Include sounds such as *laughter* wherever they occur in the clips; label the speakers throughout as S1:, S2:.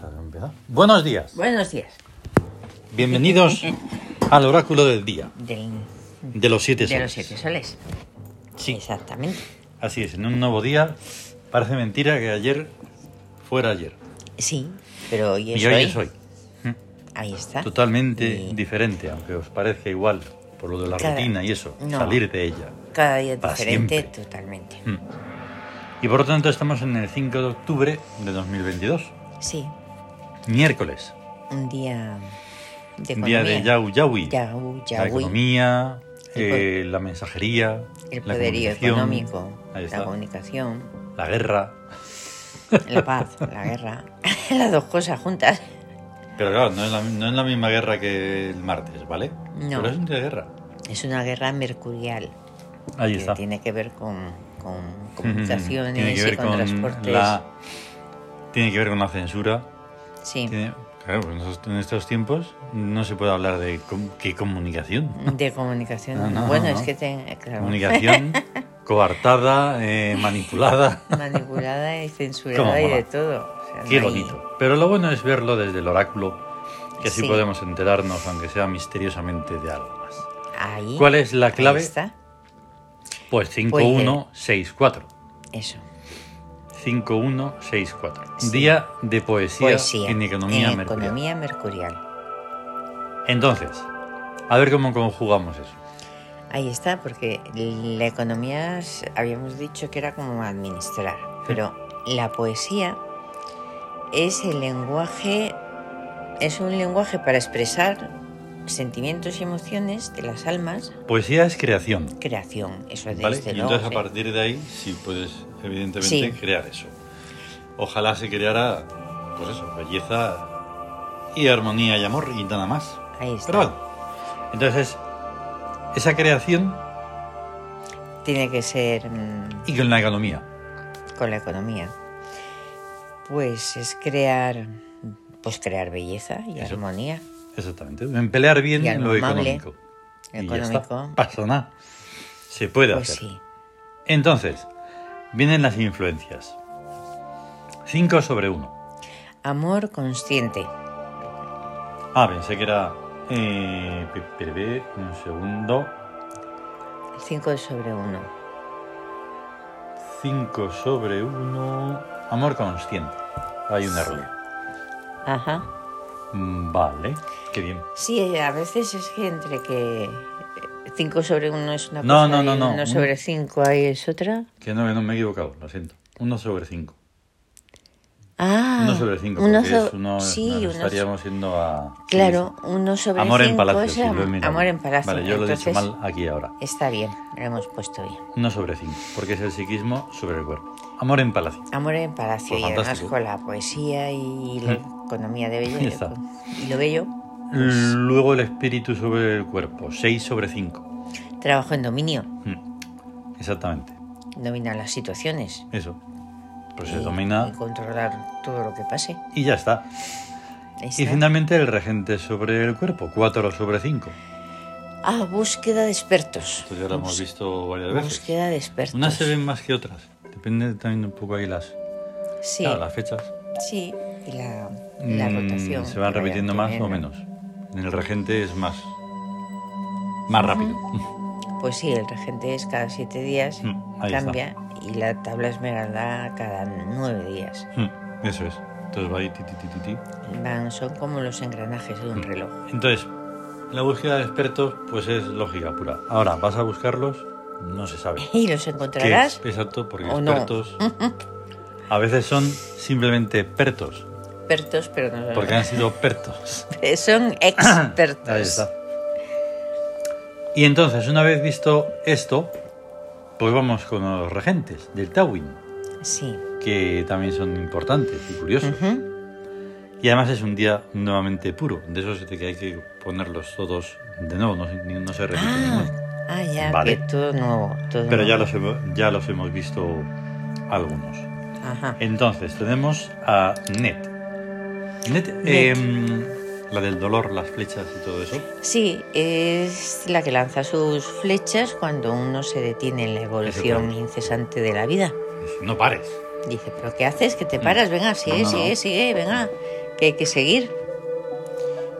S1: Vamos a empezar. Buenos días.
S2: Buenos días.
S1: Bienvenidos al oráculo del día
S2: Del,
S1: de los siete
S2: de
S1: soles.
S2: los siete soles.
S1: Sí.
S2: Exactamente.
S1: Así es, en un nuevo día. Parece mentira que ayer fuera ayer.
S2: Sí, pero hoy es
S1: y hoy es hoy.
S2: Ahí está.
S1: Totalmente
S2: Y
S1: diferente, aunque os parezca igual por lo de la
S2: Claro.
S1: rutina y eso,
S2: No.
S1: salir de ella.
S2: Cada día es
S1: para
S2: diferente
S1: siempre.
S2: totalmente.
S1: Mm. Y por lo tanto estamos en el 5 de octubre de 2022,
S2: Sí,
S1: miércoles,
S2: un día
S1: día
S2: de economía.
S1: de Yau Yaui.
S2: Yau,
S1: La
S2: Yahui.
S1: economía,
S2: El
S1: eh, la mensajería,
S2: El
S1: la
S2: poderío
S1: comunicación,
S2: económico,
S1: ahí
S2: la
S1: está,
S2: comunicación,
S1: la guerra. *laughs*
S2: la paz, la guerra, *laughs* las dos cosas juntas.
S1: Pero claro, no es, la, no es la misma guerra que el martes, ¿vale?
S2: No.
S1: Pero es una guerra.
S2: Es una guerra mercurial
S1: Ahí
S2: que
S1: está.
S2: tiene que ver con, con
S1: Ujú.
S2: comunicaciones
S1: Tiene que
S2: y
S1: ver
S2: con, transportes.
S1: la, tiene que ver con la censura.
S2: Sí,
S1: Tiene- claro, pues en estos, en estos tiempos no se puede hablar de com- qué comunicación.
S2: de comunicación.
S1: No, no,
S2: bueno,
S1: no,
S2: es
S1: no.
S2: que te, claro. *laughs*
S1: Comunicación coartada, eh, manipulada.
S2: manipulada y
S1: Cómo
S2: censurada y de
S1: mola.
S2: todo. O sea,
S1: Qué
S2: no hay-
S1: bonito. Pero lo bueno es verlo desde el oráculo, que así
S2: Sí.
S1: podemos enterarnos, aunque sea misteriosamente, de algo más.
S2: Ahí,
S1: ¿Cuál es la
S2: ahí
S1: clave?
S2: está.
S1: Pues 5164.
S2: Eso.
S1: 5164.
S2: Sí.
S1: Día de poesía,
S2: Poesía.
S1: en economía
S2: en
S1: mercurial.
S2: economía mercurial.
S1: Entonces, a ver cómo conjugamos eso.
S2: Ahí está, porque la economía s- habíamos dicho que era como administrar, pero la poesía es el lenguaje, es un lenguaje para expresar sentimientos y emociones de las almas,
S1: Poesía es creación.
S2: creación, eso desde
S1: ¿Vale? Y
S2: luego.
S1: entonces a
S2: sí.
S1: partir de ahí sí puedes, evidentemente,
S2: Sí.
S1: crear eso. Ojalá se creara, pues eso, belleza y armonía y amor y nada más.
S2: Ahí está.
S1: Pero vale. Entonces, esa creación
S2: Tiene que ser mm,
S1: y con la economía.
S2: con la economía? Pues es crear, pues crear belleza y
S1: Eso.
S2: armonía.
S1: Exactamente. En pelear bien
S2: Y
S1: en lo
S2: amable,
S1: económico. Y ya está.
S2: Económico.
S1: Pasa nada. Se puede
S2: Pues
S1: hacer.
S2: sí,
S1: Entonces, vienen las influencias. 5 sobre 1.
S2: amor consciente.
S1: Ah, pensé que era... Eh, pe- pe- pe- un segundo.
S2: 5 sobre 1.
S1: 5 sobre 1. Amor consciente. Hay un
S2: Sí.
S1: error.
S2: Ajá.
S1: Mm, Vale. Qué bien.
S2: Sí, a veces es que entre que 5 sobre 1 es una
S1: No,
S2: cosa
S1: no, no,
S2: y
S1: no.
S2: 1 sobre 5 ahí es otra.
S1: Que no, que no me he equivocado. Lo siento. 1 sobre 5.
S2: Ah.
S1: 1 sobre 5.
S2: uno
S1: Porque
S2: so-
S1: es uno,
S2: sí,
S1: nos
S2: uno so-
S1: estaríamos yendo a...
S2: Claro, 1 sobre 5
S1: Amor en Palacio.
S2: es
S1: sí, lo he
S2: am-
S1: mirado.
S2: amor en palacio.
S1: Vale, yo lo he dicho
S2: Entonces,
S1: mal aquí ahora.
S2: Está bien, lo hemos puesto bien.
S1: 1 sobre 5, porque es el psiquismo sobre el cuerpo. Amor en palacio.
S2: Amor en Palacio
S1: Pues
S2: y además
S1: fantástico.
S2: con la poesía y la economía de
S1: *laughs* Ya
S2: bello
S1: está.
S2: y lo bello.
S1: Luego el espíritu sobre el cuerpo. 6 sobre 5.
S2: Trabajo en dominio,
S1: Exactamente.
S2: dominar las situaciones.
S1: Eso. Pues
S2: y-
S1: se
S2: Y
S1: domina
S2: controlar todo lo que pase.
S1: y ya está.
S2: Ahí
S1: Y
S2: está.
S1: finalmente el regente sobre el cuerpo. 4 sobre 5.
S2: Ah, búsqueda de expertos.
S1: Esto ya lo hemos
S2: Bus-
S1: visto varias veces.
S2: Búsqueda de expertos.
S1: Unas se ven más que otras. Depende también un poco ahí las,
S2: Sí,
S1: claro, las fechas.
S2: sí. Y la, la
S1: Ah, Mm,
S2: rotación.
S1: Se van
S2: que vayan
S1: repitiendo más o
S2: poniendo.
S1: menos. En el regente es más. Más rápido.
S2: Pues sí, el regente es cada siete días,
S1: Mm, ahí está.
S2: cambia. Y la tabla esmeralda cada nueve días.
S1: Mm, Eso es. Entonces va ahí, ti, ti, ti, ti, ti.
S2: Van, son como los engranajes de
S1: Mm.
S2: un reloj.
S1: Entonces, la búsqueda de expertos, pues es lógica pura. Ahora, ¿vas a buscarlos? No se sabe.
S2: ¿Y los
S1: ¿Qué
S2: encontrarás?
S1: es exacto? Porque
S2: ¿O no? *laughs*
S1: expertos a veces son simplemente expertos,
S2: Expertos, pero no *laughs* Eh,
S1: porque han sido expertos. *clears throat*
S2: son expertos.
S1: Ahí está. Y entonces, una vez visto esto, pues vamos con los regentes del Tawin,
S2: Sí.
S1: que también son importantes y curiosos.
S2: Ujú.
S1: Y además es un día nuevamente puro, de esos que hay que ponerlos todos de nuevo, no, se- no se repite
S2: ah,
S1: ninguno.
S2: ah, ya,
S1: Vale.
S2: que todo nuevo. todo
S1: Pero ya
S2: nuevo.
S1: los, hemo- ya los hemos visto algunos.
S2: Ajá.
S1: Entonces, tenemos a Net. Net, em, la del dolor, las flechas y todo eso.
S2: Sí, es la que lanza sus flechas cuando uno se detiene en la evolución
S1: Exactamente.
S2: incesante de la vida.
S1: Es, No pares.
S2: Dice, ¿pero qué haces? Que te paras, venga, sigue,
S1: Mm. No, no, no.
S2: sigue, sigue, venga. que hay que seguir.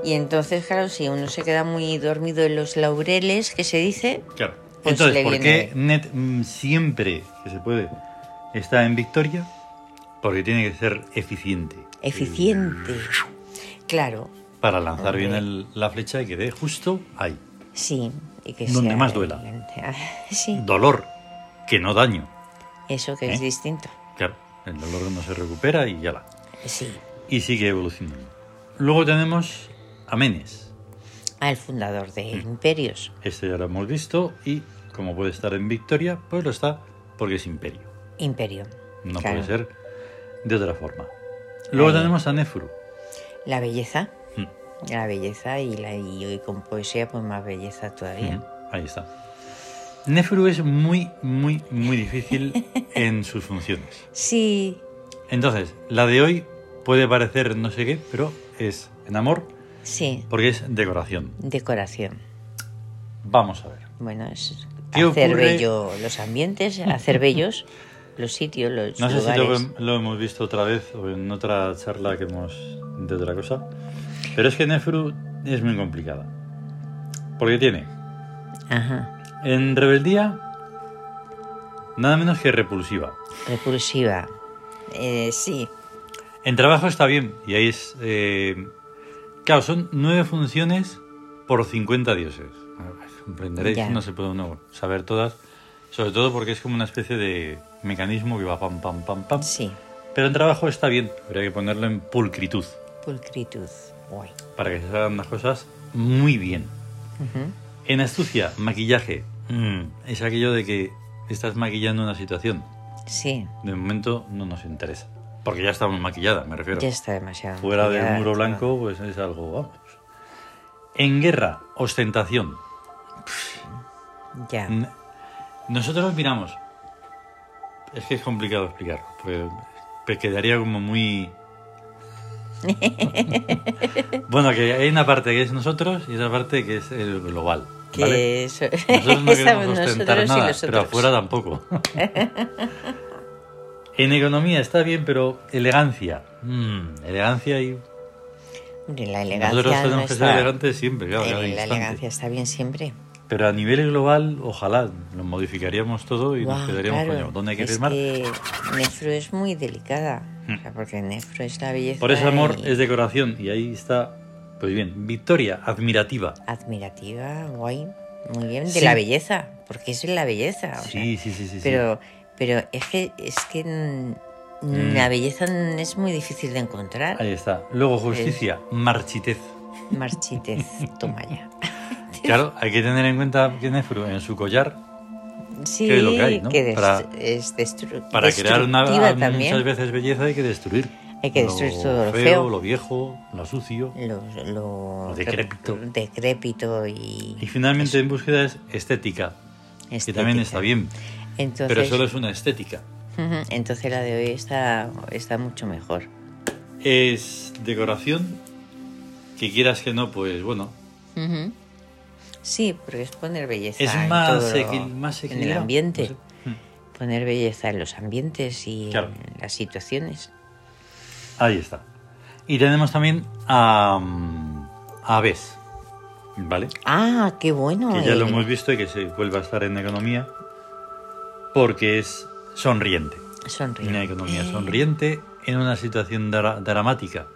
S2: Y entonces, claro, si uno se queda muy dormido en los laureles, que se dice,
S1: Claro.
S2: Pues
S1: Entonces,
S2: le
S1: ¿por
S2: viene
S1: qué Net mm, siempre que se puede está en victoria? Porque tiene que ser eficiente. Eh,
S2: eficiente. Claro,
S1: Para lanzar bien
S2: Hombre.
S1: el- la flecha y que dé justo ahí.
S2: sí. Y que
S1: Donde
S2: sea
S1: más duela.
S2: adelante. Ah, Sí,
S1: Dolor, que no daño.
S2: eso que es
S1: ¿Eh?
S2: distinto.
S1: Claro, el dolor no se recupera y ya la.
S2: Sí,
S1: Y sigue evolucionando. Luego tenemos Amenes.
S2: al fundador de imperios.
S1: Este ya lo hemos visto y como puede estar en victoria, pues lo está porque es imperio.
S2: Imperio.
S1: No
S2: Claro.
S1: puede ser de otra forma. Luego
S2: Ahí.
S1: tenemos a Nefru.
S2: La belleza.
S1: Mm.
S2: La belleza y, la, y hoy con poesía, pues más belleza todavía.
S1: Ujú, Ahí está. Nefru es muy, muy, muy difícil en sus funciones.
S2: Sí,
S1: Entonces, la de hoy puede parecer no sé qué, pero es en amor
S2: sí.
S1: porque es decoración.
S2: Decoración.
S1: Vamos a ver.
S2: Bueno, es
S1: ¿Qué
S2: hacer
S1: ocurre?
S2: bello los
S1: *laughs*
S2: ambientes, hacer bellos los sitios, los
S1: No sé si
S2: lugares.
S1: lo, lo hemos visto otra vez o en otra charla que hemos de otra cosa, pero es que Nefru es muy complicada. Porque tiene
S2: Ajá.
S1: en rebeldía nada menos que repulsiva.
S2: Repulsiva. Eh, sí,
S1: En trabajo está bien, y ahí es. eh, claro, son nueve funciones por 50 dioses. Comprenderéis,
S2: Ya.
S1: no se puede uno saber todas, sobre todo porque es como una especie de mecanismo que va pam, pam, pam, pam.
S2: sí.
S1: Pero en trabajo está bien, habría que ponerlo en pulcritud
S2: Pulcritud. Guay.
S1: para que se hagan las cosas muy bien.
S2: Ujú.
S1: En astucia, maquillaje. mm, es aquello de que estás maquillando una situación.
S2: Sí,
S1: De momento no nos interesa, porque ya estamos maquilladas, me refiero.
S2: ya está demasiado.
S1: fuera del
S2: maquillada,
S1: muro
S2: todo.
S1: blanco, pues es algo, vamos. En guerra, ostentación.
S2: Ya.
S1: N- Nosotros miramos. Es que es complicado explicarlo, porque pe- quedaría como
S2: *laughs*
S1: muy. bueno, que hay una parte que es nosotros y otra parte que es el global.
S2: Que
S1: ¿vale?
S2: *laughs* eso-
S1: Nosotros no
S2: estamos
S1: queremos ostentar
S2: nosotros y
S1: nada,
S2: los
S1: pero
S2: otros.
S1: afuera
S2: *laughs*
S1: tampoco. en economía está bien, pero elegancia. mm, elegancia y
S2: Hombre, La
S1: Nosotros
S2: elegancia, no
S1: tenemos que ser
S2: está-
S1: elegantes siempre, claro, cada
S2: eh, la
S1: instante.
S2: elegancia está bien siempre.
S1: Pero a nivel global, ojalá, lo modificaríamos todo y nos
S2: Guau,
S1: quedaríamos
S2: claro.
S1: coño, ¿Dónde hay que
S2: es
S1: firmar?
S2: que Nefro es muy delicada.
S1: Hmm.
S2: O sea, porque Nefro es la belleza.
S1: Por eso amor
S2: y
S1: es decoración y ahí está, pues bien, victoria admirativa.
S2: Admirativa, guay. Muy bien. De
S1: Sí.
S2: la belleza. Porque es la belleza. o
S1: Sí, sí, sí, sí. sí.
S2: sea, pero, pero es que, es que mm,
S1: Mm.
S2: la belleza mm, es muy difícil de encontrar.
S1: Ahí está. Luego justicia, marchitez.
S2: Marchitez, toma ya.
S1: Claro, hay que tener en cuenta que Nefru en su collar,
S2: Sí,
S1: Que es lo que hay, ¿no?
S2: que
S1: Para-
S2: dest- es destru-
S1: para crear una,
S2: destructiva
S1: a-
S2: también.
S1: muchas veces belleza hay que destruir.
S2: Hay que destruir todo lo
S1: feo,
S2: feo. Eh,
S1: lo viejo, lo sucio.
S2: Lo, lo-
S1: Lo decrépito.
S2: decrépito y,
S1: Y finalmente en búsqueda es estética, que también
S2: estética.
S1: está bien,
S2: Entonces,
S1: pero solo es una estética.
S2: Ujú, Entonces la de hoy está, está mucho mejor.
S1: es decoración que quieras que no, pues bueno,
S2: Ujú. Sí, porque es poner belleza
S1: es
S2: en
S1: más,
S2: todo lo-
S1: equil- más
S2: en el
S1: equilibrado,
S2: ambiente.
S1: no sé. Hmm.
S2: Poner belleza en los ambientes y
S1: Claro.
S2: en las situaciones.
S1: Ahí está. Y tenemos también a mm, a aves, ¿vale?
S2: Ah, qué bueno.
S1: Que ya lo
S2: el-
S1: hemos visto y que se vuelve a estar en economía porque es sonriente.
S2: Sonríe.
S1: Una economía sonriente en una situación dra- dramática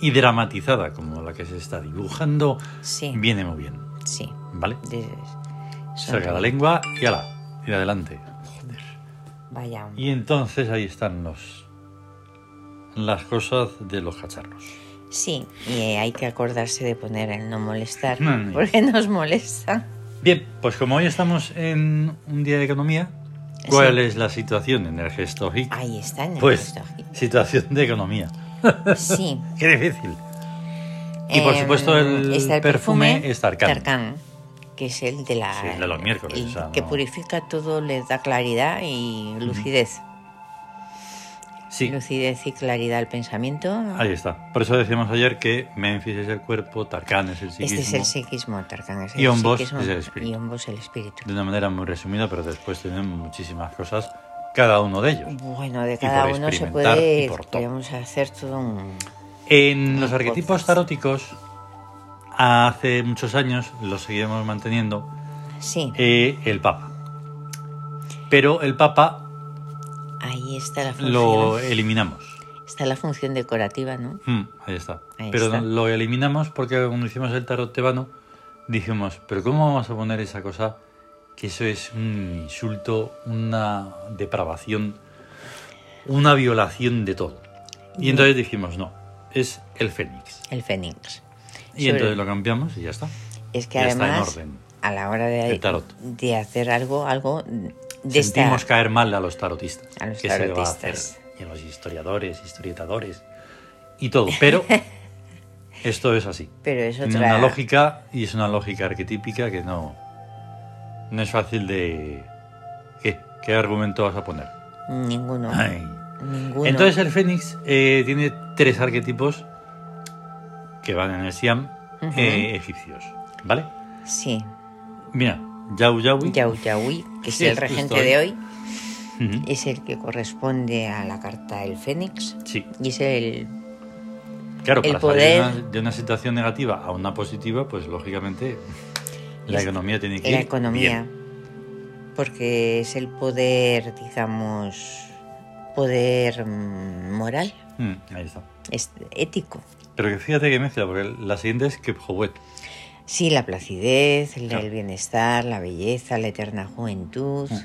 S1: y dramatizada como la que se está dibujando,
S2: Sí.
S1: viene muy bien,
S2: Sí.
S1: ¿vale?
S2: de-
S1: Saca la
S2: sonríe.
S1: lengua y ala, y adelante.
S2: Vaya.
S1: Y entonces ahí están los las cosas de los cacharros.
S2: Sí, y eh, hay que acordarse de poner el no molestar,
S1: No, no.
S2: porque *laughs* nos molesta.
S1: Bien, pues como hoy estamos en un día de economía, ¿cuál
S2: Sí.
S1: es la situación en el gesto hic?
S2: Ahí está, en el
S1: Pues
S2: nostalgia.
S1: situación de economía.
S2: Sí.
S1: Qué difícil. *laughs* Y por
S2: Em,
S1: supuesto el,
S2: está
S1: perfume, es Tarkan.
S2: Tarkan, que es el de la
S1: Sí, el de los miércoles,
S2: el
S1: o sea,
S2: que
S1: no-
S2: purifica todo, le da claridad y lucidez.
S1: Sí,
S2: Lucidez y claridad al pensamiento.
S1: ahí está. Por eso decíamos ayer que Memphis es el cuerpo, Tarkan es el psiquismo.
S2: este es el psiquismo, Tarkan. Es el
S1: Y Ombos
S2: psiquismo,
S1: es el espíritu.
S2: Y Ombos el espíritu.
S1: De una manera muy resumida, pero después tenemos muchísimas cosas, cada uno de ellos.
S2: Bueno, de
S1: Y
S2: cada
S1: por
S2: uno se
S1: experimentar y
S2: puede
S1: por todo.
S2: podemos hacer todo un,
S1: En los
S2: Podcast.
S1: arquetipos taróticos, hace muchos años, los seguíamos manteniendo,
S2: Sí,
S1: eh, el Papa. Pero el Papa
S2: ahí está la función.
S1: lo eliminamos.
S2: Está la función decorativa, ¿no?
S1: Mm, ahí está.
S2: Ahí
S1: pero
S2: está.
S1: lo eliminamos porque cuando hicimos el tarot tebano dijimos, pero ¿cómo vamos a poner esa cosa? Que eso es un insulto, una depravación, una violación de todo. Y entonces dijimos, no, es el Fénix.
S2: El Fénix.
S1: Y
S2: Sobre-
S1: entonces lo cambiamos y ya está.
S2: Es que
S1: ya está en
S2: además,
S1: orden.
S2: a la hora de,
S1: El tarot.
S2: de hacer algo, algo de
S1: Sentimos
S2: esta-
S1: caer mal a los tarotistas.
S2: A los
S1: que se le va a hacer,
S2: tarotistas.
S1: y a los historiadores, historietadores y todo.
S2: *laughs*
S1: Pero esto es así.
S2: Pero es
S1: Tiene
S2: otra
S1: una lógica y es una lógica arquetípica que no, no es fácil de... ¿Qué? ¿Qué argumento vas a poner?
S2: Ninguno.
S1: Ay.
S2: Ninguno.
S1: Entonces el Fénix eh, tiene tres arquetipos que van en el Siam
S2: Ujú.
S1: eh, egipcios. ¿Vale?
S2: Sí.
S1: Mira, Yau Yaui.
S2: Yau Yaui, que es
S1: Sí,
S2: el
S1: justo
S2: regente
S1: ahí.
S2: de hoy,
S1: Ujú.
S2: es el que corresponde a la carta del Fénix.
S1: Sí.
S2: Y es el.
S1: Claro,
S2: El
S1: para salir de
S2: poder-
S1: una, de una situación negativa a una positiva, pues lógicamente la
S2: Es-
S1: economía tiene que ir
S2: la economía.
S1: bien.
S2: Porque es el poder, digamos. Poder mm, moral,
S1: Mm, ahí está.
S2: es ético.
S1: Pero que fíjate que mezcla, porque la siguiente es Kepjowet.
S2: Sí, la placidez, el,
S1: Claro.
S2: bienestar, la belleza, la eterna juventud,
S1: Mm.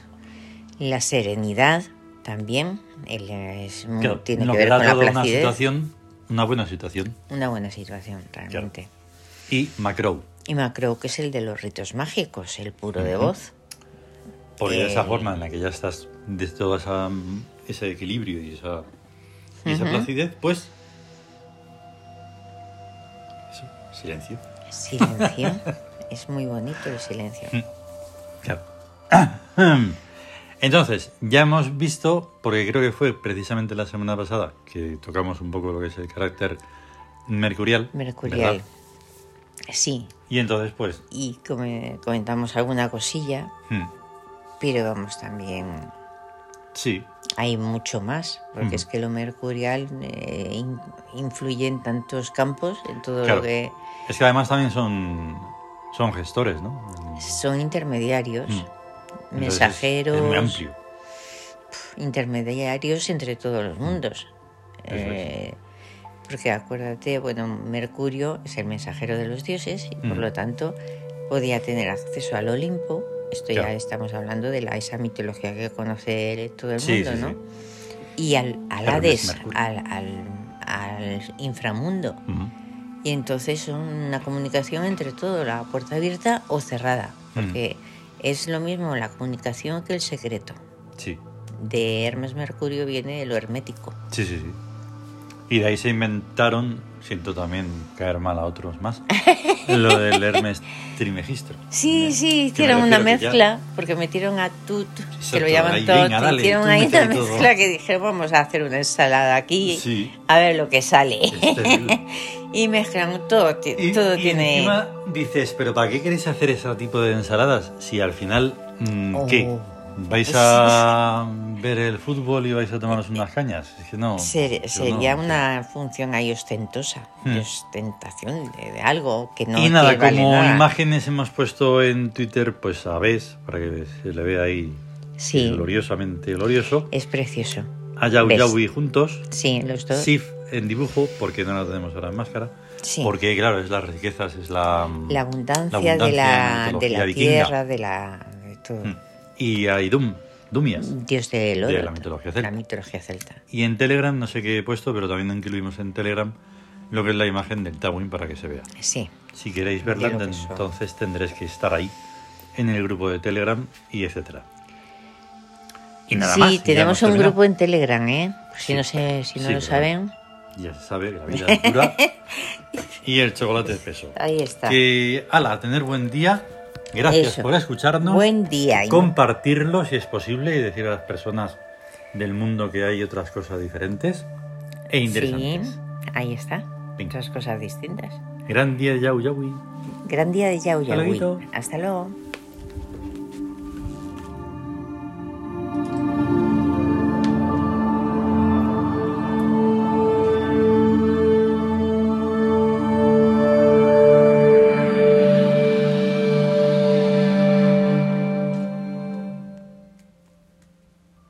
S2: la serenidad también. el- es muy-
S1: Claro,
S2: Mm, tiene
S1: lo
S2: que
S1: que
S2: ver
S1: le ha
S2: con la
S1: dado una
S2: placidez. Una,
S1: situación, una buena situación.
S2: buena situación, realmente.
S1: Y Macro.
S2: Y Macro, que es el de los ritos mágicos, el puro de
S1: Ujú.
S2: voz.
S1: Porque de esa
S2: Eh.
S1: forma en la que ya estás de todo esa, mm, ese equilibrio y esa, y esa
S2: Ujú.
S1: placidez, pues. Eso, silencio. *laughs*
S2: Silencio. es muy bonito el silencio.
S1: Mm, Claro. *clears throat* Entonces, ya hemos visto, porque creo que fue precisamente la semana pasada que tocamos un poco lo que es el carácter mercurial.
S2: Mercurial.
S1: ¿verdad?
S2: Sí,
S1: Y entonces, pues,
S2: y come- comentamos alguna cosilla,
S1: hmm,
S2: pero vamos también
S1: sí,
S2: hay mucho más, porque
S1: Ujú.
S2: es que lo mercurial eh, in- influye en tantos campos, en todo
S1: Claro.
S2: lo que
S1: es que además también son, son gestores, ¿no?
S2: son intermediarios,
S1: Mm. Entonces, Es muy
S2: mensajeros,
S1: amplio.
S2: intermediarios entre todos los mundos.
S1: Eso Mm. es.
S2: Eh, porque acuérdate, bueno, Mercurio es el mensajero de los dioses y por
S1: Mm.
S2: lo tanto podía tener acceso al Olimpo. Esto ya
S1: Claro.
S2: estamos hablando de la, esa mitología que conoce todo el
S1: Sí,
S2: mundo,
S1: sí, sí.
S2: ¿no? Y al,
S1: Claro,
S2: al
S1: no es
S2: Hades,
S1: Mercurio.
S2: al, al- al inframundo.
S1: Ujú,
S2: Y entonces son una comunicación entre todo, la puerta abierta o cerrada.
S1: Mm.
S2: Porque es lo mismo la comunicación que el secreto.
S1: Sí,
S2: De Hermes Mercurio viene lo hermético.
S1: sí, sí, sí. Y de ahí se inventaron, siento también caer mal a otros
S2: *laughs*
S1: más, lo del Hermes Trimegistro.
S2: Sí,
S1: Que
S2: sí,
S1: me
S2: hicieron una
S1: refiero que ya-
S2: mezcla, porque metieron a Tut,
S1: Exacto,
S2: que lo llaman
S1: ahí,
S2: Tot,
S1: venga, dale,
S2: hicieron
S1: tú
S2: ahí una
S1: métele todo.
S2: mezcla que dijeron, vamos a hacer una ensalada aquí,
S1: Sí.
S2: a ver lo que sale.
S1: es terrible.
S2: *laughs* y mezclan todo, ti-
S1: Y,
S2: todo
S1: y
S2: tiene...
S1: encima dices, pero ¿para qué queréis hacer ese tipo de ensaladas si al final mm,
S2: Oh.
S1: qué? ¿Vais a ver el fútbol y vais a tomaros unas cañas? Es que no.
S2: Ser-
S1: yo
S2: sería
S1: no.
S2: una función ahí ostentosa,
S1: Hmm.
S2: de ostentación de, de algo que no
S1: y
S2: te
S1: nada,
S2: vale
S1: como
S2: nada.
S1: imágenes hemos puesto en Twitter, pues a Bes, para que se le vea ahí
S2: Sí, Eh,
S1: gloriosamente glorioso.
S2: es precioso.
S1: A Yau
S2: Bes.
S1: Yaui juntos.
S2: Sí, los dos. Sí,
S1: Sif en dibujo, porque no la tenemos ahora en máscara. Porque, claro, es las riquezas, es la. mm,
S2: la, abundancia
S1: la
S2: de la, de
S1: mitología
S2: la
S1: vikinga.
S2: tierra, de la... de todo.
S1: Y a Idum, Dumias.
S2: Dios del oro.
S1: De la mitología celta.
S2: La mitología celta.
S1: Y en Telegram, no sé qué he puesto, pero también incluimos en Telegram lo que es la imagen del Tawin para que se vea.
S2: Sí,
S1: Si queréis verla,
S2: Entiendo que eso.
S1: entonces tendréis que estar ahí, en el grupo de Telegram y etcétera. Y nada
S2: sí
S1: más. ya
S2: tenemos
S1: hemos
S2: un
S1: terminado.
S2: grupo en Telegram, ¿eh? Si
S1: Sí.
S2: no, sé, si no
S1: Sí,
S2: lo
S1: pero-
S2: saben,
S1: Ya se sabe, la vida es
S2: *laughs*
S1: dura. y el chocolate espeso.
S2: ahí está.
S1: Que, ala, a tener buen día. Gracias
S2: Eso.
S1: por escucharnos.
S2: Buen día. y-
S1: Compartirlo si es posible y decir a las personas del mundo que hay otras cosas diferentes e
S2: Sí,
S1: interesantes.
S2: ahí está.
S1: Venga.
S2: Otras cosas distintas.
S1: Gran día, Yau Yaui.
S2: Gran día de Yau
S1: Hasta
S2: Yaui.
S1: luego.
S2: Hasta luego.